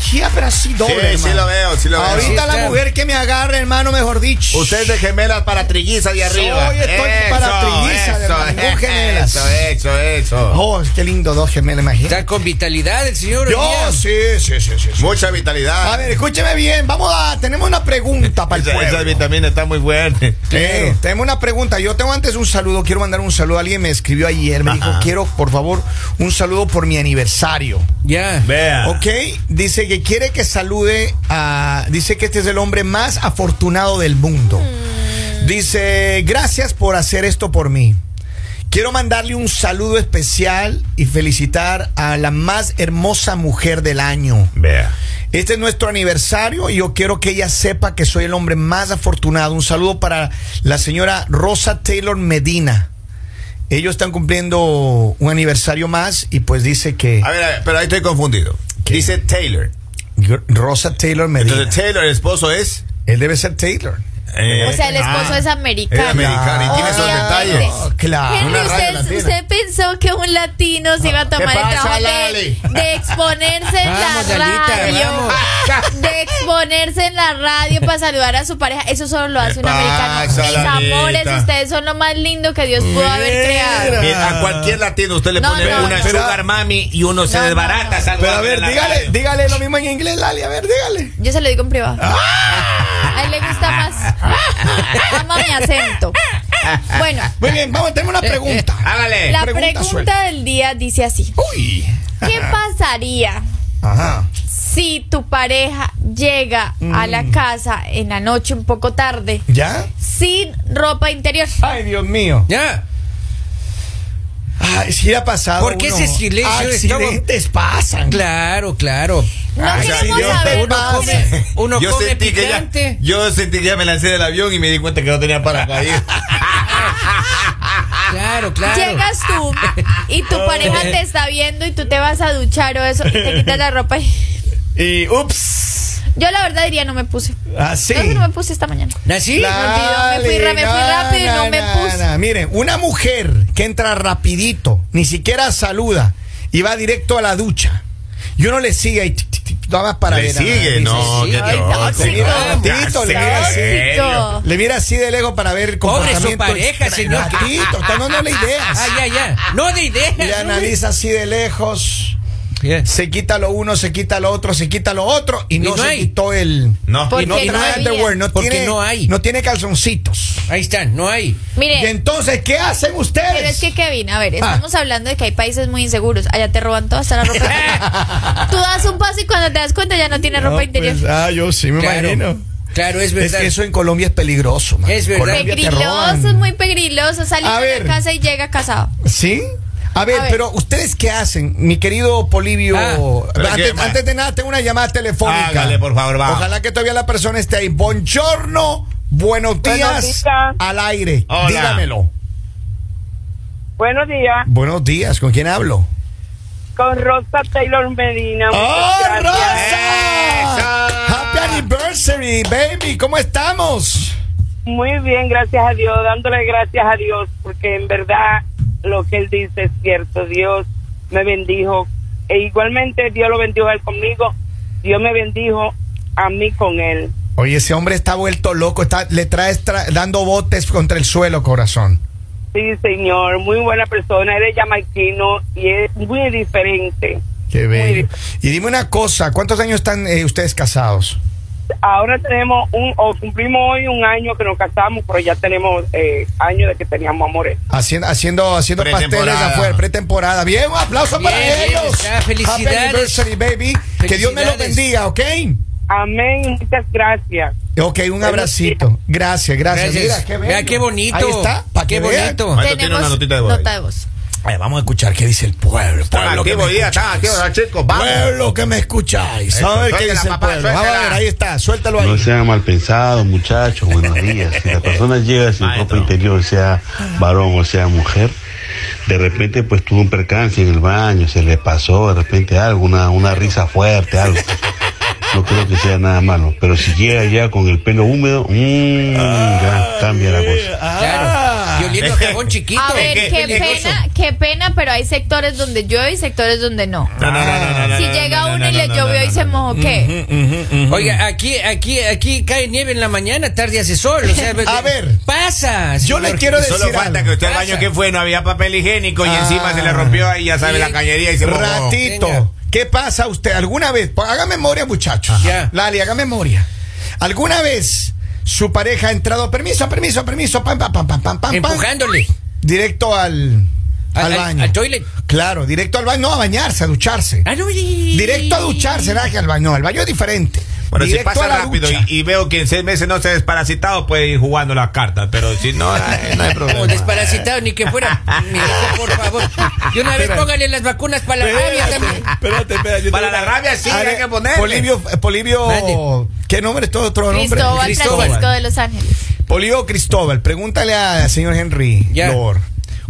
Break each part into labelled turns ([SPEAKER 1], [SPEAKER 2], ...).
[SPEAKER 1] siempre así doble.
[SPEAKER 2] Sí, sí
[SPEAKER 1] hermano.
[SPEAKER 2] lo veo, sí lo veo.
[SPEAKER 1] Ahorita
[SPEAKER 2] Sí,
[SPEAKER 1] la
[SPEAKER 2] claro.
[SPEAKER 1] mujer que me agarre, hermano, mejor dicho.
[SPEAKER 2] Usted es de gemelas para trillizas de arriba.
[SPEAKER 1] Soy, estoy para trillizas, hermano, no gemelas.
[SPEAKER 2] Eso, eso, eso.
[SPEAKER 1] Oh, qué lindo, dos gemelas, imagínate.
[SPEAKER 3] Está con vitalidad el señor.
[SPEAKER 1] Yo,
[SPEAKER 3] Orellana.
[SPEAKER 1] sí, sí, sí, sí. sí.
[SPEAKER 2] Mucha vitalidad.
[SPEAKER 1] A ver, escúcheme bien, vamos a. Tenemos una pregunta para el
[SPEAKER 2] Esa- esas
[SPEAKER 1] pueblo.
[SPEAKER 2] vitaminas están muy fuertes.
[SPEAKER 1] Eh, tenemos una pregunta. Yo tengo antes un saludo. Quiero mandar un saludo. Alguien me escribió ayer. Me dijo,
[SPEAKER 2] Ajá.
[SPEAKER 1] quiero, por favor, un saludo por mi aniversario.
[SPEAKER 3] Ya.
[SPEAKER 2] Vea.
[SPEAKER 1] Ok, dice que quiere que salude a. Dice que este es el hombre más afortunado del mundo. Dice, gracias por hacer esto por mí. Quiero mandarle un saludo especial y felicitar a la más hermosa mujer del año.
[SPEAKER 2] Vea.
[SPEAKER 1] Este es nuestro aniversario y yo quiero que ella sepa que soy el hombre más afortunado. Un saludo para la señora Rosa Taylor Medina. Ellos están cumpliendo un aniversario más y pues dice que
[SPEAKER 2] A ver, a ver, pero ahí estoy confundido.
[SPEAKER 1] ¿Qué?
[SPEAKER 2] Dice Taylor.
[SPEAKER 1] Rosa Taylor Medina.
[SPEAKER 2] Entonces, Taylor, el esposo es.
[SPEAKER 1] Él debe ser Taylor.
[SPEAKER 2] eh,
[SPEAKER 4] O sea, el esposo
[SPEAKER 2] ah,
[SPEAKER 4] es americano.
[SPEAKER 2] Es americano y tiene esos
[SPEAKER 4] Obviamente.
[SPEAKER 2] detalles.
[SPEAKER 1] Oh, claro.
[SPEAKER 4] Henry,
[SPEAKER 2] Ah, una radio
[SPEAKER 4] usted,
[SPEAKER 2] latina.
[SPEAKER 4] usted pensó que un latino se iba a tomar
[SPEAKER 2] ¿Qué
[SPEAKER 4] el
[SPEAKER 2] pasa,
[SPEAKER 4] trabajo
[SPEAKER 2] Lali?
[SPEAKER 4] de, de exponerse en
[SPEAKER 3] Vamos,
[SPEAKER 4] la
[SPEAKER 3] Lalita,
[SPEAKER 4] radio?
[SPEAKER 3] vamos.
[SPEAKER 4] De exponerse en la radio para saludar a su pareja. Eso solo lo hace
[SPEAKER 2] ¿Qué
[SPEAKER 4] un americano.
[SPEAKER 2] pasa,
[SPEAKER 4] Mis
[SPEAKER 2] Lalita?
[SPEAKER 4] amores, ustedes son lo más lindo que Dios pudo haber creado.
[SPEAKER 2] Mira, a cualquier latino usted le
[SPEAKER 4] No,
[SPEAKER 2] pone
[SPEAKER 4] no,
[SPEAKER 2] una
[SPEAKER 4] no.
[SPEAKER 2] sugar mami y uno se
[SPEAKER 4] No, no,
[SPEAKER 2] desbarata.
[SPEAKER 4] no.
[SPEAKER 2] salgo
[SPEAKER 1] Pero a
[SPEAKER 2] de
[SPEAKER 1] ver,
[SPEAKER 2] la
[SPEAKER 1] dígale,
[SPEAKER 2] radio.
[SPEAKER 1] dígale lo mismo en inglés, Lali. A ver, dígale.
[SPEAKER 4] Yo se lo digo en privado.
[SPEAKER 1] ¡Ah!
[SPEAKER 4] A él le gusta más. Ama mi acento. Bueno,
[SPEAKER 1] Muy bien, vamos, tenemos una pregunta.
[SPEAKER 2] Hágale.
[SPEAKER 4] la
[SPEAKER 1] pregunta
[SPEAKER 4] pregunta
[SPEAKER 1] suelta.
[SPEAKER 4] del día dice así.
[SPEAKER 1] Uy.
[SPEAKER 4] ¿Qué pasaría
[SPEAKER 1] Ajá.
[SPEAKER 4] si tu pareja llega a
[SPEAKER 1] Mm.
[SPEAKER 4] la casa en la noche un poco tarde
[SPEAKER 1] ¿Ya?
[SPEAKER 4] sin ropa interior?
[SPEAKER 1] Ay, Dios mío.
[SPEAKER 3] Ya.
[SPEAKER 1] Ay, si ha pasado.
[SPEAKER 3] ¿Por qué
[SPEAKER 1] uno.
[SPEAKER 3] ese silencio? Estaba-
[SPEAKER 1] Accidentes pasan.
[SPEAKER 3] Claro, claro.
[SPEAKER 4] No
[SPEAKER 1] Ay, si
[SPEAKER 4] queremos
[SPEAKER 1] Dios
[SPEAKER 4] saber.
[SPEAKER 1] te
[SPEAKER 4] no
[SPEAKER 1] pase.
[SPEAKER 4] queremos-
[SPEAKER 3] Uno
[SPEAKER 2] yo
[SPEAKER 3] come
[SPEAKER 2] sentí que ya,
[SPEAKER 3] picante.
[SPEAKER 2] yo sentí que ya me lancé del avión y me di cuenta que no tenía para caer.
[SPEAKER 1] Ah.
[SPEAKER 3] Claro, claro.
[SPEAKER 4] Llegas tú y tu pareja te está viendo y tú te vas a duchar o eso y te quitas la ropa. y-
[SPEAKER 1] Y ups. Ah,
[SPEAKER 4] Yo la verdad diría no me puse.
[SPEAKER 1] Así.
[SPEAKER 4] No sé, no me puse esta mañana.
[SPEAKER 3] ¿Nací?
[SPEAKER 4] me fui ra- me fui rápido y no me puse.
[SPEAKER 1] Miren, una mujer que entra rapidito, ni siquiera saluda y va directo a la ducha. Y uno le sigue y tic, tic, tic, nada más para
[SPEAKER 2] Le
[SPEAKER 1] ver.
[SPEAKER 2] sigue,
[SPEAKER 1] dice,
[SPEAKER 2] no,
[SPEAKER 3] sí,
[SPEAKER 2] qué
[SPEAKER 3] ay,
[SPEAKER 2] tóxico.
[SPEAKER 4] tóxico.
[SPEAKER 1] Tito, le digo así.
[SPEAKER 2] Serio.
[SPEAKER 1] Le mira así de lejos para ver el
[SPEAKER 3] Pobre su
[SPEAKER 1] comportamiento.
[SPEAKER 3] pareja, señor.
[SPEAKER 1] Ratito, está dándole ideas.
[SPEAKER 3] Ah, ya, ya. No de ideas.
[SPEAKER 1] Y analiza así de lejos.
[SPEAKER 3] Ya.
[SPEAKER 1] Se quita lo uno, se quita lo otro, se quita lo otro. Y
[SPEAKER 3] Y
[SPEAKER 1] no,
[SPEAKER 3] no
[SPEAKER 1] se
[SPEAKER 3] hay.
[SPEAKER 1] quitó el.
[SPEAKER 2] No,
[SPEAKER 4] Porque
[SPEAKER 1] no
[SPEAKER 4] no
[SPEAKER 1] trae
[SPEAKER 4] había.
[SPEAKER 1] underwear, no
[SPEAKER 3] Porque
[SPEAKER 1] tiene,
[SPEAKER 3] no hay.
[SPEAKER 1] No tiene calzoncitos.
[SPEAKER 3] Ahí están, no hay.
[SPEAKER 1] Y
[SPEAKER 4] Mire,
[SPEAKER 1] entonces, ¿qué hacen ustedes?
[SPEAKER 4] pero es que Kevin, a ver,
[SPEAKER 1] Ah.
[SPEAKER 4] estamos hablando de que hay países muy inseguros. Allá te roban toda hasta la ropa. interior. Tú das un paso y cuando te das cuenta ya no tienes
[SPEAKER 1] No,
[SPEAKER 4] ropa interior.
[SPEAKER 1] pues, ah, yo sí me
[SPEAKER 3] Claro.
[SPEAKER 1] imagino.
[SPEAKER 3] Claro, es
[SPEAKER 1] Es
[SPEAKER 3] verdad.
[SPEAKER 1] que eso en Colombia es peligroso. man.
[SPEAKER 3] Es verdad.
[SPEAKER 1] Colombia te roban.
[SPEAKER 4] Pegriloso, muy pegriloso. Salir
[SPEAKER 1] A
[SPEAKER 4] de
[SPEAKER 1] ver.
[SPEAKER 4] la casa y llega casado.
[SPEAKER 1] ¿Sí? A ver,
[SPEAKER 4] A ver.
[SPEAKER 1] pero ¿ustedes qué hacen? Mi querido Polivio,
[SPEAKER 3] Ah.
[SPEAKER 2] ¿Pero
[SPEAKER 1] antes,
[SPEAKER 2] qué?
[SPEAKER 1] antes de nada tengo una llamada telefónica.
[SPEAKER 2] Hágale, por favor, va.
[SPEAKER 1] Ojalá que todavía la persona esté ahí. Buongiorno, buenos días,
[SPEAKER 5] días.
[SPEAKER 1] al aire.
[SPEAKER 2] Hola.
[SPEAKER 1] Dígamelo.
[SPEAKER 5] Buenos días,
[SPEAKER 1] Buenos días, ¿con quién hablo?
[SPEAKER 5] con Rosa Taylor Medina. Muchas
[SPEAKER 1] ¡Oh, Rosa!
[SPEAKER 5] gracias.
[SPEAKER 2] Eso.
[SPEAKER 1] ¡Happy anniversary, baby! ¿Cómo estamos?
[SPEAKER 5] Muy bien, gracias a Dios, dándole gracias a Dios, porque en verdad lo que él dice es cierto. Dios me bendijo. E igualmente Dios lo bendijo a él conmigo, Dios me bendijo a mí con él.
[SPEAKER 1] Oye, ese hombre está vuelto loco, está, le traes tra- dando botes contra el suelo, corazón.
[SPEAKER 5] Sí, señor, muy buena persona, él es jamaiquino y es muy diferente.
[SPEAKER 1] Qué bello.
[SPEAKER 5] bien.
[SPEAKER 1] Y dime una cosa, ¿cuántos años están eh, ustedes casados?
[SPEAKER 5] Ahora tenemos un, o cumplimos hoy un año que nos casamos, pero ya tenemos eh, años de que teníamos amores.
[SPEAKER 1] Haciendo, haciendo, haciendo pasteles
[SPEAKER 2] Pretemporada.
[SPEAKER 1] afuera, pretemporada. Bien, un aplauso para
[SPEAKER 3] Bien, bien,
[SPEAKER 1] ellos.
[SPEAKER 3] está. Felicidades.
[SPEAKER 1] Happy anniversary, baby. Que Dios me lo
[SPEAKER 3] Felicidades.
[SPEAKER 1] bendiga, ¿ok?
[SPEAKER 5] Amén, muchas gracias.
[SPEAKER 1] Ok, un abracito. Gracias, gracias.
[SPEAKER 3] Gracias.
[SPEAKER 1] Mira, qué,
[SPEAKER 3] Vea,
[SPEAKER 1] bello.
[SPEAKER 3] qué bonito.
[SPEAKER 1] Ahí está, para
[SPEAKER 3] Qué
[SPEAKER 1] que vean. Ah.
[SPEAKER 3] bonito.
[SPEAKER 2] Maestro, tiene una notita de voz ahí.
[SPEAKER 4] nota de voz.
[SPEAKER 1] A ver, vamos a escuchar qué dice el pueblo.
[SPEAKER 2] Están
[SPEAKER 1] pueblo que
[SPEAKER 2] activos,
[SPEAKER 1] me
[SPEAKER 2] día, están
[SPEAKER 1] escucháis.
[SPEAKER 2] activos, chicos, vamos.
[SPEAKER 1] Pueblo que me escucháis.
[SPEAKER 2] Eso,
[SPEAKER 1] A ver qué
[SPEAKER 2] suéltela,
[SPEAKER 1] dice el
[SPEAKER 2] papá,
[SPEAKER 1] pueblo. Vamos a
[SPEAKER 2] suéltela.
[SPEAKER 1] ver, ahí está, suéltalo ahí.
[SPEAKER 6] No sean mal pensados, muchachos. Buenos días. Si la persona llega sin ropa
[SPEAKER 2] Maestro.
[SPEAKER 6] interior, sea varón o sea mujer, de repente pues tuvo un percance en el baño, se le pasó de repente algo, una, una risa fuerte, algo. No creo que sea nada malo. Pero si llega ya con el pelo húmedo, mmm, ya mm, cambia la cosa.
[SPEAKER 1] Ah,
[SPEAKER 3] Claro. Y cogiendo a cagón chiquito.
[SPEAKER 4] A ver, qué pena, qué pena, pero hay sectores donde llueve y sectores donde no.
[SPEAKER 2] No, Ah, no, no, no, no,
[SPEAKER 4] Si
[SPEAKER 2] no,
[SPEAKER 4] llega
[SPEAKER 2] no, no,
[SPEAKER 4] uno
[SPEAKER 2] no,
[SPEAKER 4] y le
[SPEAKER 2] no,
[SPEAKER 4] llovió
[SPEAKER 2] no,
[SPEAKER 4] y
[SPEAKER 2] no,
[SPEAKER 4] se
[SPEAKER 2] no.
[SPEAKER 4] mojó, ¿qué?
[SPEAKER 2] Ujú, ujú.
[SPEAKER 3] Oiga, aquí, aquí, aquí cae nieve en la mañana, tarde hace sol. O sea,
[SPEAKER 1] A ver.
[SPEAKER 3] Pasa.
[SPEAKER 1] Yo le
[SPEAKER 3] señor.
[SPEAKER 1] quiero decir
[SPEAKER 2] Solo falta
[SPEAKER 1] algo.
[SPEAKER 2] que usted al
[SPEAKER 3] Pasa.
[SPEAKER 2] baño que fue, no había papel higiénico y
[SPEAKER 1] Ah.
[SPEAKER 2] encima se le rompió ahí, ya sabe,
[SPEAKER 3] Sí.
[SPEAKER 2] la cañería y se mojó.
[SPEAKER 1] Ratito.
[SPEAKER 3] Venga.
[SPEAKER 1] ¿Qué pasa usted? ¿Alguna vez? pues, Haga memoria, muchachos.
[SPEAKER 3] Ya.
[SPEAKER 1] Lali, haga memoria. ¿Alguna vez su pareja ha entrado, permiso, permiso, permiso, pam, pam, pam, pam, pam, pam, pam,
[SPEAKER 3] Empujándole.
[SPEAKER 1] directo al,
[SPEAKER 3] Al-
[SPEAKER 1] al
[SPEAKER 3] al-
[SPEAKER 1] baño?
[SPEAKER 3] al toilet.
[SPEAKER 1] Claro, directo al baño, no a bañarse, a ducharse.
[SPEAKER 3] Ah, no, y-
[SPEAKER 1] Directo a ducharse, nada que al baño. El baño es diferente.
[SPEAKER 2] Bueno, si
[SPEAKER 1] Directo
[SPEAKER 2] pasa
[SPEAKER 1] a la
[SPEAKER 2] rápido
[SPEAKER 1] ducha.
[SPEAKER 2] y, y veo que en seis meses no se ha desparasitado, puede ir jugando las cartas, pero si no, ay, no hay
[SPEAKER 3] O
[SPEAKER 2] problema.
[SPEAKER 3] desparasitado, ni que fuera. Mi hijo, por favor. De una vez póngale las vacunas para la rabia también.
[SPEAKER 1] Espérate, espérate, yo
[SPEAKER 2] Para
[SPEAKER 1] tengo
[SPEAKER 2] la
[SPEAKER 1] una-
[SPEAKER 2] rabia sí,
[SPEAKER 1] A
[SPEAKER 2] hay
[SPEAKER 1] ver,
[SPEAKER 2] que ponerle.
[SPEAKER 1] Polivio, eh, Polivio-
[SPEAKER 3] Mande.
[SPEAKER 1] Ah, ¿qué nombre es todo otro nombre?
[SPEAKER 4] Cristóbal
[SPEAKER 3] Cristóbal.
[SPEAKER 4] Francisco de Los Ángeles.
[SPEAKER 1] Polivio Cristóbal, pregúntale al señor Henry
[SPEAKER 3] Ya.
[SPEAKER 1] Lor,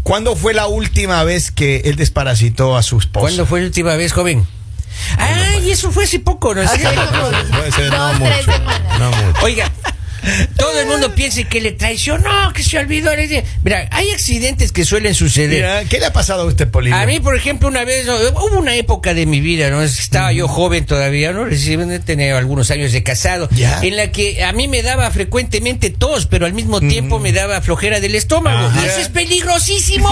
[SPEAKER 1] ¿cuándo fue la última vez que él desparasitó a su esposa?
[SPEAKER 3] ¿Cuándo fue la última vez, joven? Ay, eso fue hace poco, ¿no es
[SPEAKER 4] Hace
[SPEAKER 3] cierto?
[SPEAKER 4] como
[SPEAKER 2] Puede ser, no
[SPEAKER 4] dos, tres
[SPEAKER 2] mucho.
[SPEAKER 4] semanas.
[SPEAKER 2] No mucho.
[SPEAKER 3] Oiga, todo el mundo piensa que le traicionó, que se olvidó. le dice- Mira, hay accidentes que suelen suceder.
[SPEAKER 1] Mira, ¿Qué le ha pasado a usted, Polivio?
[SPEAKER 3] A mí, por ejemplo, una vez, oh, hubo una época de mi vida, ¿no? Es- Estaba yo joven todavía, ¿no? Recién tenía algunos años de casado,
[SPEAKER 1] Ya.
[SPEAKER 3] en la que a mí me daba frecuentemente tos, pero al mismo tiempo me daba flojera del estómago.
[SPEAKER 1] Ajá.
[SPEAKER 3] Y eso es peligrosísimo.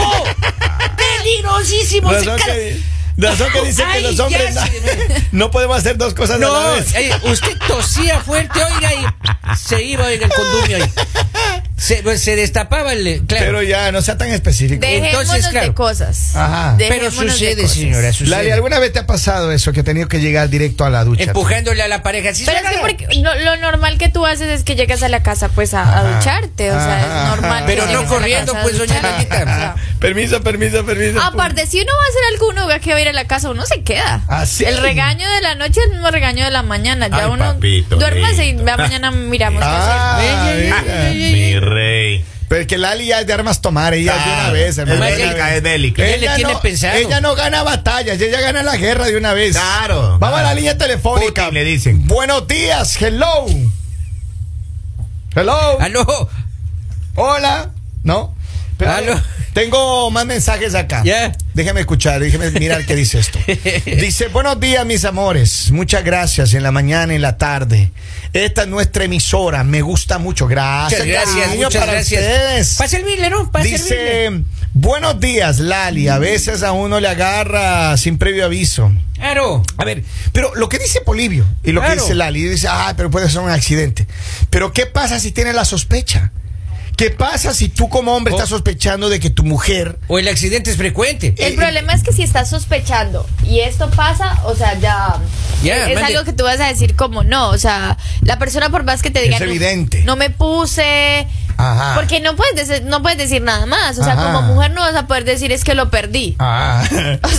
[SPEAKER 3] peligrosísimo. Se
[SPEAKER 1] Razón
[SPEAKER 3] cal-
[SPEAKER 1] que, razón que dice
[SPEAKER 3] Ay,
[SPEAKER 1] que los
[SPEAKER 3] ya
[SPEAKER 1] hombres no,
[SPEAKER 3] se-
[SPEAKER 1] no podemos hacer dos cosas a la
[SPEAKER 3] No,
[SPEAKER 1] vez.
[SPEAKER 3] eh, usted tosía fuerte, oiga, y se iba oiga, el condumio ahí. Se, pues, se destapaba el. Claro.
[SPEAKER 1] Pero ya, no sea tan específico.
[SPEAKER 3] De-
[SPEAKER 4] Dejémonos
[SPEAKER 3] Entonces, claro.
[SPEAKER 4] de cosas.
[SPEAKER 1] Ajá.
[SPEAKER 3] Pero
[SPEAKER 4] Dejémonos de
[SPEAKER 3] sucede,
[SPEAKER 4] cosas.
[SPEAKER 3] señora, sucede.
[SPEAKER 1] Lali, ¿alguna vez te ha pasado eso que ha tenido que llegar directo a la ducha?
[SPEAKER 3] Empujándole a la pareja. Sí,
[SPEAKER 4] Pero es
[SPEAKER 3] señora.
[SPEAKER 4] que porque no- lo normal que tú haces es que llegas a la casa pues a, a
[SPEAKER 1] Ajá.
[SPEAKER 4] ducharte, o sea,
[SPEAKER 1] Ajá.
[SPEAKER 4] es normal. que
[SPEAKER 3] Pero no
[SPEAKER 4] llegues a la
[SPEAKER 3] corriendo,
[SPEAKER 4] casa a
[SPEAKER 3] pues, doña
[SPEAKER 4] ducharte,
[SPEAKER 3] Nanita.
[SPEAKER 4] o sea.
[SPEAKER 1] Permiso, permiso, permiso.
[SPEAKER 4] Aparte, si uno va a hacer algún lugar que va a ir a la casa, uno se queda.
[SPEAKER 1] Ah, ¿sí?
[SPEAKER 4] El regaño de la noche es el mismo regaño de la mañana. Ya
[SPEAKER 2] Ay,
[SPEAKER 4] uno
[SPEAKER 2] papito
[SPEAKER 4] duérmase y
[SPEAKER 2] lindo.
[SPEAKER 4] la mañana miramos. qué
[SPEAKER 1] Ah, mira.
[SPEAKER 2] Mi rey.
[SPEAKER 1] Pero que Lali ya es de armas tomar, ella de una vez, hermano.
[SPEAKER 2] Es bélica, es bélica.
[SPEAKER 3] Ella le tiene
[SPEAKER 1] no,
[SPEAKER 3] pensado.
[SPEAKER 1] ella no gana batallas, ella gana la guerra de una vez.
[SPEAKER 2] Claro.
[SPEAKER 1] Vamos a la línea telefónica.
[SPEAKER 2] Putin le dicen.
[SPEAKER 1] Buenos días, hello. Hello.
[SPEAKER 3] Aló.
[SPEAKER 1] Hola. No. Pero eh,
[SPEAKER 3] Aló.
[SPEAKER 1] Tengo más mensajes acá.
[SPEAKER 3] Ya.
[SPEAKER 1] Déjame escuchar, déjame mirar qué dice esto. Dice, buenos días mis amores, muchas gracias en la mañana, en la tarde. Esta es nuestra emisora, me gusta mucho. Gracias.
[SPEAKER 3] Muchas gracias,
[SPEAKER 1] cariño,
[SPEAKER 3] muchas
[SPEAKER 1] para
[SPEAKER 3] gracias.
[SPEAKER 1] ustedes.
[SPEAKER 3] Pasa el bile, ¿no? Pasa el bile.
[SPEAKER 1] Dice, buenos días, Lali. A veces a uno le agarra sin previo aviso.
[SPEAKER 3] Claro.
[SPEAKER 1] A ver, pero lo que dice Polivio y lo que
[SPEAKER 3] Claro.
[SPEAKER 1] dice Lali, dice, ah, pero puede ser un accidente. Pero ¿qué pasa si tienes la sospecha? ¿Qué pasa si tú como hombre
[SPEAKER 3] O-
[SPEAKER 1] estás sospechando de que tu mujer...
[SPEAKER 3] O el accidente es frecuente.
[SPEAKER 4] El problema es que si estás sospechando y esto pasa, o sea, ya
[SPEAKER 3] Ya,
[SPEAKER 4] es
[SPEAKER 3] mande.
[SPEAKER 4] algo que tú vas a decir como no, o sea, la persona por más que te diga
[SPEAKER 1] Es
[SPEAKER 4] "No-
[SPEAKER 1] evidente.
[SPEAKER 4] no, me puse,
[SPEAKER 1] Ajá.
[SPEAKER 4] porque no puedes decir, no puedes decir nada más, o sea,
[SPEAKER 1] Ajá.
[SPEAKER 4] como mujer no vas a poder decir es que lo perdí.
[SPEAKER 1] Ah,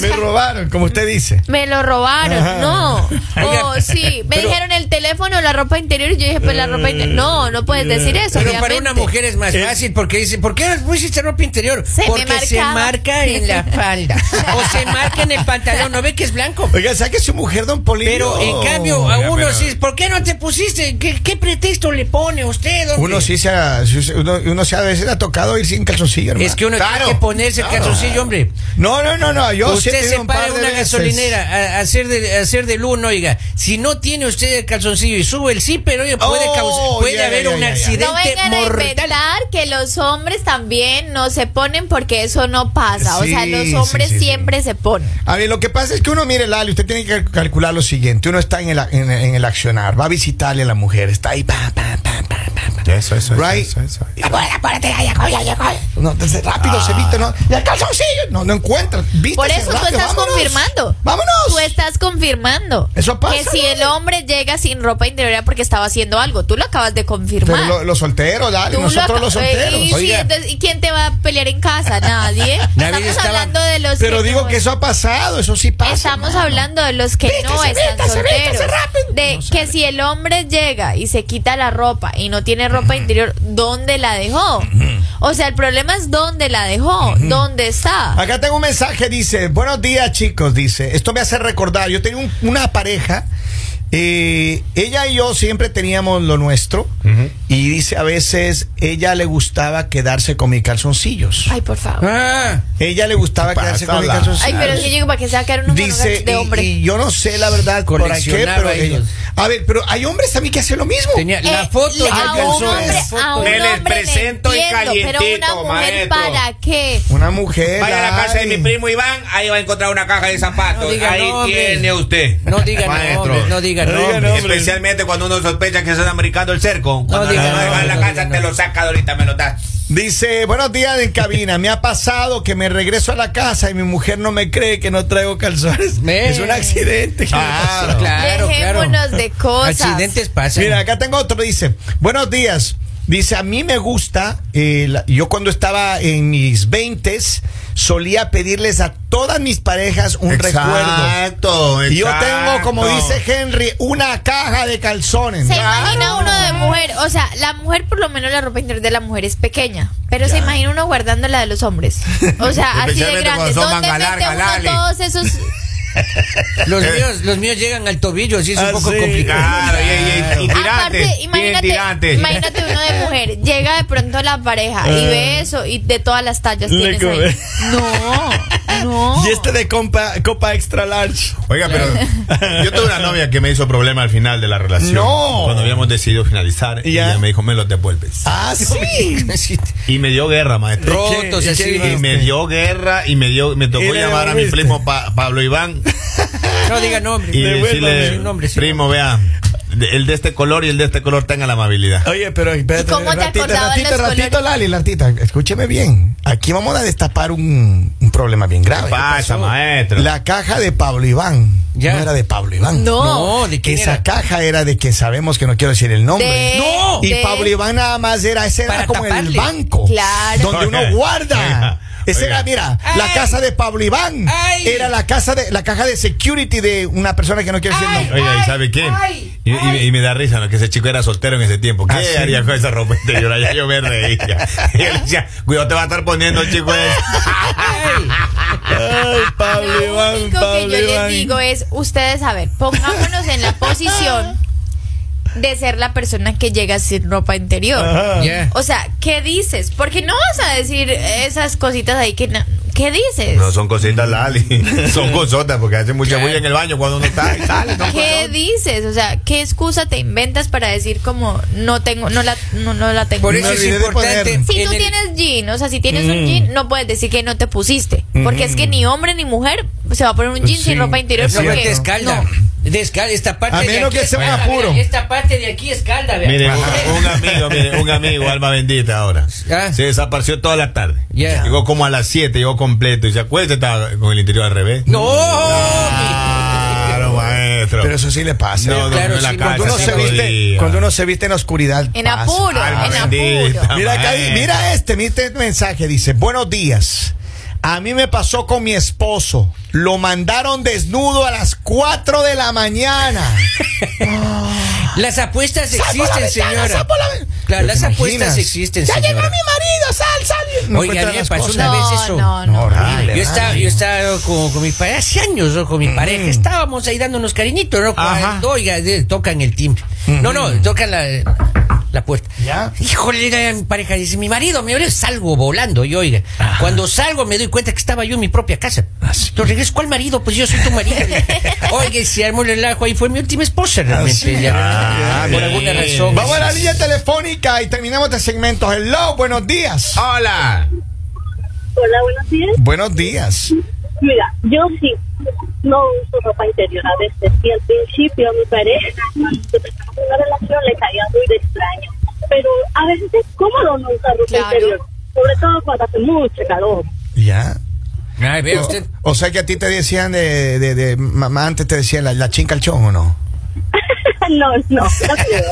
[SPEAKER 1] me robaron, como usted dice.
[SPEAKER 4] Me lo robaron,
[SPEAKER 1] Ajá.
[SPEAKER 4] no.
[SPEAKER 3] Oiga,
[SPEAKER 4] O sí, me
[SPEAKER 1] pero-
[SPEAKER 4] dijeron el teléfono, la ropa interior, y yo dije, pues la ropa interior. No,
[SPEAKER 1] Eh,
[SPEAKER 4] no puedes decir eso.
[SPEAKER 3] Pero para una
[SPEAKER 4] obviamente.
[SPEAKER 3] mujer es más fácil porque dice, ¿por qué pusiste ropa interior?
[SPEAKER 4] Se me
[SPEAKER 3] porque se
[SPEAKER 4] marcaba.
[SPEAKER 3] marca en la falda o se marca en el pantalón, ¿no ve que es blanco?
[SPEAKER 1] Oiga, saque su mujer, don Oh, Polivio.
[SPEAKER 3] Pero en cambio a
[SPEAKER 2] Oiga,
[SPEAKER 3] uno
[SPEAKER 2] pero-
[SPEAKER 3] sí, ¿por qué no te pusiste? ¿Qué, qué pretexto le pone usted? hombre?
[SPEAKER 1] Uno sí se ha, uno, uno se ha- a veces ha tocado ir sin calzoncillo, hermano.
[SPEAKER 3] Es que uno
[SPEAKER 2] Claro.
[SPEAKER 3] tiene que ponerse el
[SPEAKER 2] Claro.
[SPEAKER 3] calzoncillo, hombre.
[SPEAKER 1] No, no, no, no, yo sí he
[SPEAKER 3] usted
[SPEAKER 1] tenido
[SPEAKER 3] se
[SPEAKER 1] un
[SPEAKER 3] para
[SPEAKER 1] par
[SPEAKER 3] en
[SPEAKER 1] de
[SPEAKER 3] una
[SPEAKER 1] veces.
[SPEAKER 3] gasolinera a, a hacer del a hacer del uno, oiga. Si no tiene usted el calzoncillo y sube el zipper, oye, puede,
[SPEAKER 1] Oh,
[SPEAKER 3] causar- puede
[SPEAKER 1] ya,
[SPEAKER 3] haber
[SPEAKER 1] ya,
[SPEAKER 3] un
[SPEAKER 1] ya, ya.
[SPEAKER 3] accidente
[SPEAKER 4] No vengan a
[SPEAKER 3] mortal.
[SPEAKER 4] inventar que los hombres también no se ponen porque eso no pasa.
[SPEAKER 1] Sí,
[SPEAKER 4] o sea, los
[SPEAKER 1] sí,
[SPEAKER 4] hombres
[SPEAKER 1] sí, sí.
[SPEAKER 4] siempre se ponen.
[SPEAKER 1] A ver, lo que pasa es que uno, mire, Lali, usted tiene que cal- calcular lo siguiente. Uno está en el, a- en, en el accionar, va a visitarle a la mujer, está ahí, pa, pa, pa, pa, pa, pa.
[SPEAKER 2] Eso, eso, eso,
[SPEAKER 1] Right. pues,
[SPEAKER 2] eso, eso.
[SPEAKER 1] No, entonces rápido se viste, ¿no? Y el calzoncillo, no, no encuentra. Vístase
[SPEAKER 4] Por eso tú
[SPEAKER 1] rápido,
[SPEAKER 4] estás
[SPEAKER 1] vámonos.
[SPEAKER 4] confirmando.
[SPEAKER 1] ¡Vámonos!
[SPEAKER 4] Tú estás confirmando.
[SPEAKER 1] Eso pasa,
[SPEAKER 4] Que si
[SPEAKER 1] ¿no?
[SPEAKER 4] el hombre llega sin ropa interior era porque estaba haciendo algo. Tú lo acabas de confirmar.
[SPEAKER 1] Pero lo- los solteros, Lali,
[SPEAKER 4] Tú
[SPEAKER 1] nosotros
[SPEAKER 4] lo-
[SPEAKER 1] los
[SPEAKER 4] eh,
[SPEAKER 1] solteros.
[SPEAKER 4] Y, sí,
[SPEAKER 3] Oiga.
[SPEAKER 4] entonces, ¿y quién te va a pelear en casa? Nadie. Estamos
[SPEAKER 3] Nadie estaba-
[SPEAKER 4] hablando de los
[SPEAKER 1] Pero
[SPEAKER 4] que
[SPEAKER 1] digo
[SPEAKER 4] no-
[SPEAKER 1] que eso ha pasado, eso sí pasa.
[SPEAKER 4] Estamos
[SPEAKER 1] hermano.
[SPEAKER 4] hablando de los que no
[SPEAKER 1] Vístase,
[SPEAKER 4] están
[SPEAKER 1] vístase,
[SPEAKER 4] solteros.
[SPEAKER 1] vístase rápido.
[SPEAKER 4] de
[SPEAKER 1] No
[SPEAKER 4] que si el hombre llega y se quita la ropa y no tiene ropa interior, ¿dónde la dejó? O sea, el problema es dónde la dejó, dónde está.
[SPEAKER 1] Acá tengo un mensaje, dice, buenos días chicos, dice, esto me hace recordar, yo tenía un- una pareja, eh, ella y yo siempre teníamos lo nuestro, Y dice a veces, ella le gustaba quedarse con mis calzoncillos.
[SPEAKER 4] Ay, por favor.
[SPEAKER 3] Ah,
[SPEAKER 1] Ella le gustaba
[SPEAKER 2] ¿Qué
[SPEAKER 1] quedarse
[SPEAKER 2] pasa,
[SPEAKER 1] con mis
[SPEAKER 2] la-
[SPEAKER 4] Ay,
[SPEAKER 1] calzoncillos.
[SPEAKER 4] pero es que yo para que se va a quedar un
[SPEAKER 1] Dice,
[SPEAKER 4] de
[SPEAKER 1] y-
[SPEAKER 4] hombre.
[SPEAKER 1] y, yo no sé la verdad por qué,
[SPEAKER 3] Coleccionaba
[SPEAKER 1] pero
[SPEAKER 3] ellos.
[SPEAKER 1] ellos- A ver, pero hay hombres también que hacen lo mismo.
[SPEAKER 3] tenía
[SPEAKER 4] Eh,
[SPEAKER 3] la foto
[SPEAKER 4] le-
[SPEAKER 3] del
[SPEAKER 4] a un
[SPEAKER 3] calzón,
[SPEAKER 4] hombre,
[SPEAKER 3] la
[SPEAKER 4] a
[SPEAKER 3] foto.
[SPEAKER 4] un
[SPEAKER 2] Me
[SPEAKER 4] hombre
[SPEAKER 2] les
[SPEAKER 4] le
[SPEAKER 2] presento y
[SPEAKER 4] entiendo, pero una
[SPEAKER 2] calientito,
[SPEAKER 4] mujer
[SPEAKER 2] maestro.
[SPEAKER 4] para qué?
[SPEAKER 1] Una mujer.
[SPEAKER 2] Vaya a la casa de
[SPEAKER 1] ay.
[SPEAKER 2] mi primo Iván, ahí va a encontrar una caja de zapatos.
[SPEAKER 3] No diga
[SPEAKER 2] ahí
[SPEAKER 3] nombres.
[SPEAKER 2] tiene usted.
[SPEAKER 3] No digan
[SPEAKER 2] Maestro.
[SPEAKER 3] nombres, no digan
[SPEAKER 1] No digan
[SPEAKER 3] nombres.
[SPEAKER 1] nombres.
[SPEAKER 2] Especialmente cuando uno sospecha que se está americando el cerco. Cuando
[SPEAKER 3] diga
[SPEAKER 2] la
[SPEAKER 3] nombres,
[SPEAKER 2] va en la
[SPEAKER 3] no
[SPEAKER 2] casa,
[SPEAKER 3] diga
[SPEAKER 2] te lo
[SPEAKER 3] nombres.
[SPEAKER 2] saca de ahorita, me lo das.
[SPEAKER 1] Dice, buenos días en cabina. Me ha pasado que me regreso a la casa y mi mujer no me cree que no traigo calzones.
[SPEAKER 3] Ve.
[SPEAKER 1] Es un accidente. que me
[SPEAKER 2] Claro.
[SPEAKER 1] pasó.
[SPEAKER 3] Claro, claro.
[SPEAKER 4] Dejémonos de cosas.
[SPEAKER 3] Accidentes pasan.
[SPEAKER 1] Mira, acá tengo otro. Dice, buenos días. Dice, a mí me gusta, eh, la- yo cuando estaba en mis 20 solía pedirles a todas mis parejas un recuerdo.
[SPEAKER 2] Exacto,
[SPEAKER 1] Y yo tengo, como
[SPEAKER 2] exacto.
[SPEAKER 1] dice Henry, una caja de calzones.
[SPEAKER 4] Se imagina uno de mujer, o sea, la mujer por lo menos la ropa interior de la mujer es pequeña, pero se imagina uno guardando la de los hombres. O sea, así de
[SPEAKER 2] Especialmente
[SPEAKER 4] grande.
[SPEAKER 2] cuando son
[SPEAKER 4] ¿Dónde
[SPEAKER 2] manga
[SPEAKER 4] mete
[SPEAKER 2] larga,
[SPEAKER 4] uno
[SPEAKER 2] Lali?
[SPEAKER 4] todos esos?
[SPEAKER 3] Los míos, los míos llegan al tobillo, así es un
[SPEAKER 1] eh. Ah,
[SPEAKER 3] poco
[SPEAKER 1] sí,
[SPEAKER 3] complicado.
[SPEAKER 2] Claro, y, y- y tirantes,
[SPEAKER 4] Aparte,
[SPEAKER 2] bien
[SPEAKER 4] imagínate,
[SPEAKER 2] tirantes.
[SPEAKER 4] imagínate uno de mujer, llega de pronto la pareja y
[SPEAKER 2] Eh.
[SPEAKER 4] ve eso y de todas las tallas
[SPEAKER 1] Le
[SPEAKER 4] tienes
[SPEAKER 1] come.
[SPEAKER 4] ahí. No, no.
[SPEAKER 1] Y este de compa, copa extra large.
[SPEAKER 7] Oiga, pero yo tuve una novia que me hizo problema al final de la relación.
[SPEAKER 1] No.
[SPEAKER 7] Cuando habíamos decidido finalizar, y
[SPEAKER 1] Ya.
[SPEAKER 7] ella me dijo, me los devuelves.
[SPEAKER 1] Ah, sí.
[SPEAKER 3] Sí.
[SPEAKER 7] Y me dio guerra, maestro.
[SPEAKER 3] Rotos,
[SPEAKER 1] ¿Y qué- y
[SPEAKER 3] así.
[SPEAKER 1] qué
[SPEAKER 7] Y
[SPEAKER 3] ¿no?
[SPEAKER 7] me dio guerra y me dio me
[SPEAKER 1] ¿Y
[SPEAKER 7] tocó
[SPEAKER 1] le
[SPEAKER 7] llamar a mi
[SPEAKER 1] devolviste?
[SPEAKER 7] primo Pa- Pablo Iván
[SPEAKER 3] No digan nombres.
[SPEAKER 7] y
[SPEAKER 1] Devuélvame.
[SPEAKER 7] decirle,
[SPEAKER 3] Sin nombre, sin
[SPEAKER 7] primo, vea, de- el de este color y el de este color tenga la amabilidad.
[SPEAKER 1] Oye, pero espérate.
[SPEAKER 4] ¿Y cómo te
[SPEAKER 1] ratito,
[SPEAKER 4] acordaban
[SPEAKER 1] ratito,
[SPEAKER 4] los
[SPEAKER 1] ratito,
[SPEAKER 4] colores?
[SPEAKER 1] Lali, Lartita, escúcheme bien. Aquí vamos a destapar un, un problema bien grave.
[SPEAKER 2] Pasa, maestro.
[SPEAKER 1] La caja de Pablo Iván
[SPEAKER 3] Ya.
[SPEAKER 1] no era de Pablo Iván.
[SPEAKER 4] No.
[SPEAKER 3] No, ¿de quién
[SPEAKER 1] Esa
[SPEAKER 3] era?
[SPEAKER 1] caja era de que sabemos que no quiero decir el nombre.
[SPEAKER 4] De-
[SPEAKER 1] no. Y
[SPEAKER 4] de-
[SPEAKER 1] Pablo Iván nada más era, ese era
[SPEAKER 3] Para
[SPEAKER 1] como el
[SPEAKER 3] taparle.
[SPEAKER 1] banco.
[SPEAKER 4] Claro.
[SPEAKER 1] Donde uno
[SPEAKER 7] Oiga,
[SPEAKER 1] guarda.
[SPEAKER 7] oiga,
[SPEAKER 1] Esa
[SPEAKER 7] oiga.
[SPEAKER 1] era, mira, la
[SPEAKER 3] Ay.
[SPEAKER 1] casa de Pablo Iván.
[SPEAKER 3] Ay.
[SPEAKER 1] Era la casa de, la caja de security de una persona que no quiero decir el nombre.
[SPEAKER 7] Oiga, ¿y sabe quién?
[SPEAKER 3] ay,
[SPEAKER 7] y, y- y me da risa, ¿no? Que ese chico era soltero en ese tiempo. ¿Qué
[SPEAKER 1] ¿Ah, sí?
[SPEAKER 7] haría con esa ropa interior? Ya yo me reía. Y él decía, cuidado, te va a estar poniendo, chico. ese".
[SPEAKER 1] Ay, Pablo
[SPEAKER 4] Lo único que yo les digo es, ustedes, a ver, pongámonos en la posición de ser la persona que llega sin ropa interior.
[SPEAKER 1] Ajá.
[SPEAKER 3] Ya.
[SPEAKER 4] O sea, ¿qué dices? Porque no vas a decir esas cositas ahí que... na- ¿Qué dices?
[SPEAKER 7] No, son cositas, Lali. Son cosotas, porque hace mucha bulla en el baño cuando uno está y sale. son
[SPEAKER 4] ¿Qué dices? O sea, ¿qué excusa te inventas para decir como no tengo, no la, no, no la tengo?
[SPEAKER 3] Por
[SPEAKER 1] Me
[SPEAKER 3] eso es
[SPEAKER 1] olvidé de
[SPEAKER 3] importante.
[SPEAKER 1] poner.
[SPEAKER 4] si
[SPEAKER 3] en
[SPEAKER 4] tú
[SPEAKER 3] el- Mm.
[SPEAKER 4] tienes jean, o sea, si tienes un jean, no puedes decir que no te pusiste. Porque es que ni hombre ni mujer se va a poner un jean
[SPEAKER 1] Sí,
[SPEAKER 4] sin ropa interior.
[SPEAKER 1] es
[SPEAKER 3] No,
[SPEAKER 1] cierto.
[SPEAKER 3] te
[SPEAKER 4] porque
[SPEAKER 3] escalda.
[SPEAKER 4] no.
[SPEAKER 3] Descal- esta parte
[SPEAKER 1] A
[SPEAKER 3] de
[SPEAKER 1] menos
[SPEAKER 3] aquí
[SPEAKER 1] que sea
[SPEAKER 3] escalda,
[SPEAKER 1] apuro.
[SPEAKER 3] mira, Esta parte de aquí escalda, vea.
[SPEAKER 1] Ah.
[SPEAKER 7] Mire,
[SPEAKER 3] Ajá.
[SPEAKER 7] un, un amigo, mire, un amigo, alma bendita ahora.
[SPEAKER 3] Ah.
[SPEAKER 7] Se desapareció toda la tarde.
[SPEAKER 3] Ya.
[SPEAKER 7] Llegó como a las 7, llegó completo. Y se acuerda, estaba con el interior al revés.
[SPEAKER 3] No,
[SPEAKER 7] Claro, maestro.
[SPEAKER 1] Pero eso sí le pasa.
[SPEAKER 7] no, no,
[SPEAKER 3] Claro,
[SPEAKER 7] no en la
[SPEAKER 3] sí,
[SPEAKER 7] casa.
[SPEAKER 1] cuando uno
[SPEAKER 7] sí
[SPEAKER 1] se
[SPEAKER 7] podía.
[SPEAKER 1] viste, cuando uno se viste en oscuridad.
[SPEAKER 4] En
[SPEAKER 1] pasa.
[SPEAKER 4] apuro,
[SPEAKER 7] Alma
[SPEAKER 4] en
[SPEAKER 7] bendita,
[SPEAKER 3] Ah,
[SPEAKER 4] apuro.
[SPEAKER 1] Mira acá,
[SPEAKER 7] maestro.
[SPEAKER 1] mira este, mira este mensaje, dice, buenos días. A mí me pasó con mi esposo. Lo mandaron desnudo a las 4 de la mañana.
[SPEAKER 3] las apuestas existen, señora.
[SPEAKER 1] Pero
[SPEAKER 3] Claro,
[SPEAKER 1] te
[SPEAKER 3] las apuestas
[SPEAKER 1] imaginas,
[SPEAKER 3] existen,
[SPEAKER 1] Ya llegó mi
[SPEAKER 3] señora.
[SPEAKER 1] marido, sal, sal. No
[SPEAKER 3] Oiga,
[SPEAKER 1] encuentran
[SPEAKER 3] a mí me
[SPEAKER 1] las
[SPEAKER 3] pasó
[SPEAKER 1] cosas.
[SPEAKER 3] una vez
[SPEAKER 4] No,
[SPEAKER 3] eso.
[SPEAKER 4] no, no.
[SPEAKER 1] Horrible,
[SPEAKER 3] Yo estaba,
[SPEAKER 1] horrible.
[SPEAKER 3] yo estaba con, con mi pareja hace años, ¿no? con mi
[SPEAKER 1] Mm.
[SPEAKER 3] pareja. Estábamos ahí dándonos cariñitos, ¿no? Cuando, oiga, de- tocan el timbre. No, no, tocan la, la puerta.
[SPEAKER 1] Mm. Ya.
[SPEAKER 3] Híjole, era mi pareja dice, mi marido me abrió, salgo volando. Y oiga, cuando salgo me doy cuenta que estaba yo en mi propia casa.
[SPEAKER 1] Ah,
[SPEAKER 3] Lo regreso, ¿cuál marido? Pues yo soy tu marido. oiga, y se armó el relajo. Ahí fue mi última esposa realmente.
[SPEAKER 1] Ah,
[SPEAKER 3] ya. por alguna razón.
[SPEAKER 1] Vamos a la línea telefónica y terminamos este segmento. Hello, buenos días.
[SPEAKER 2] Hola.
[SPEAKER 8] Hola, buenos días.
[SPEAKER 1] Buenos días.
[SPEAKER 8] Mira, yo sí no uso ropa interior a veces. Y al principio a mi pareja, cuando empezamos una relación, le caía muy de extraño. Pero a veces es cómodo no usar ropa
[SPEAKER 4] Claro.
[SPEAKER 8] interior. Sobre todo cuando hace mucho calor.
[SPEAKER 1] Ya.
[SPEAKER 3] Ay, vea usted.
[SPEAKER 1] O sea que a ti te decían de, de, de- mamá antes te decían la, la chinga al chon o no.
[SPEAKER 8] no, no, no creo.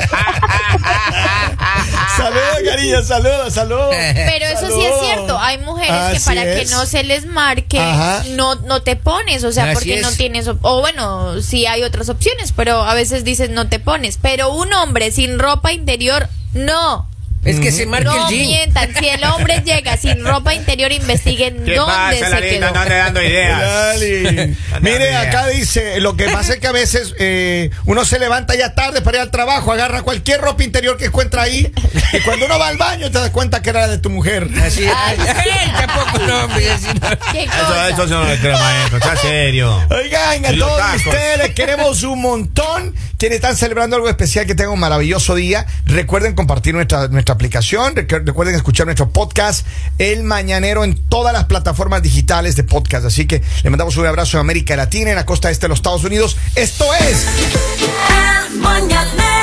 [SPEAKER 1] Saludos, cariño, saludos, saludos.
[SPEAKER 4] Pero eso sí es
[SPEAKER 1] Saludos.
[SPEAKER 4] cierto, hay mujeres que
[SPEAKER 1] Así
[SPEAKER 4] para que
[SPEAKER 1] es.
[SPEAKER 4] no se les marque
[SPEAKER 1] Ajá.
[SPEAKER 4] no no te pones, o sea,
[SPEAKER 3] Así
[SPEAKER 4] porque no
[SPEAKER 3] es.
[SPEAKER 4] tienes op- o bueno, sí hay otras opciones, pero a veces dices no te pones, pero un hombre sin ropa interior no.
[SPEAKER 3] Es que se marca
[SPEAKER 4] No
[SPEAKER 3] el jean.
[SPEAKER 4] mientan, si el hombre llega sin ropa interior, investiguen
[SPEAKER 2] ¿Qué
[SPEAKER 4] dónde
[SPEAKER 2] pasa,
[SPEAKER 4] se
[SPEAKER 2] Larita?
[SPEAKER 4] quedó.
[SPEAKER 2] No ande dando ideas.
[SPEAKER 1] Dale. Mire, acá dice, lo que pasa es que a veces eh, uno se levanta ya tarde para ir al trabajo, agarra cualquier ropa interior que encuentra ahí y cuando uno va al baño te das cuenta que era de tu mujer.
[SPEAKER 3] Así, ay, ay, tampoco no, hombre, así no.
[SPEAKER 4] ¿Qué
[SPEAKER 2] Eso,
[SPEAKER 4] cosa?
[SPEAKER 2] eso yo no le creo, maestro. Está serio.
[SPEAKER 1] Oigan, a
[SPEAKER 2] Y los
[SPEAKER 1] todos
[SPEAKER 2] tacos.
[SPEAKER 1] ustedes queremos un montón. Quienes están celebrando algo especial, que tengan un maravilloso día. Recuerden compartir nuestra, nuestra aplicación. Recu- Recuerden escuchar nuestro podcast El Mañanero en todas las plataformas digitales de podcast. Así que le mandamos un abrazo en América Latina, en la costa este de los Estados Unidos. Esto es
[SPEAKER 9] El mañanero.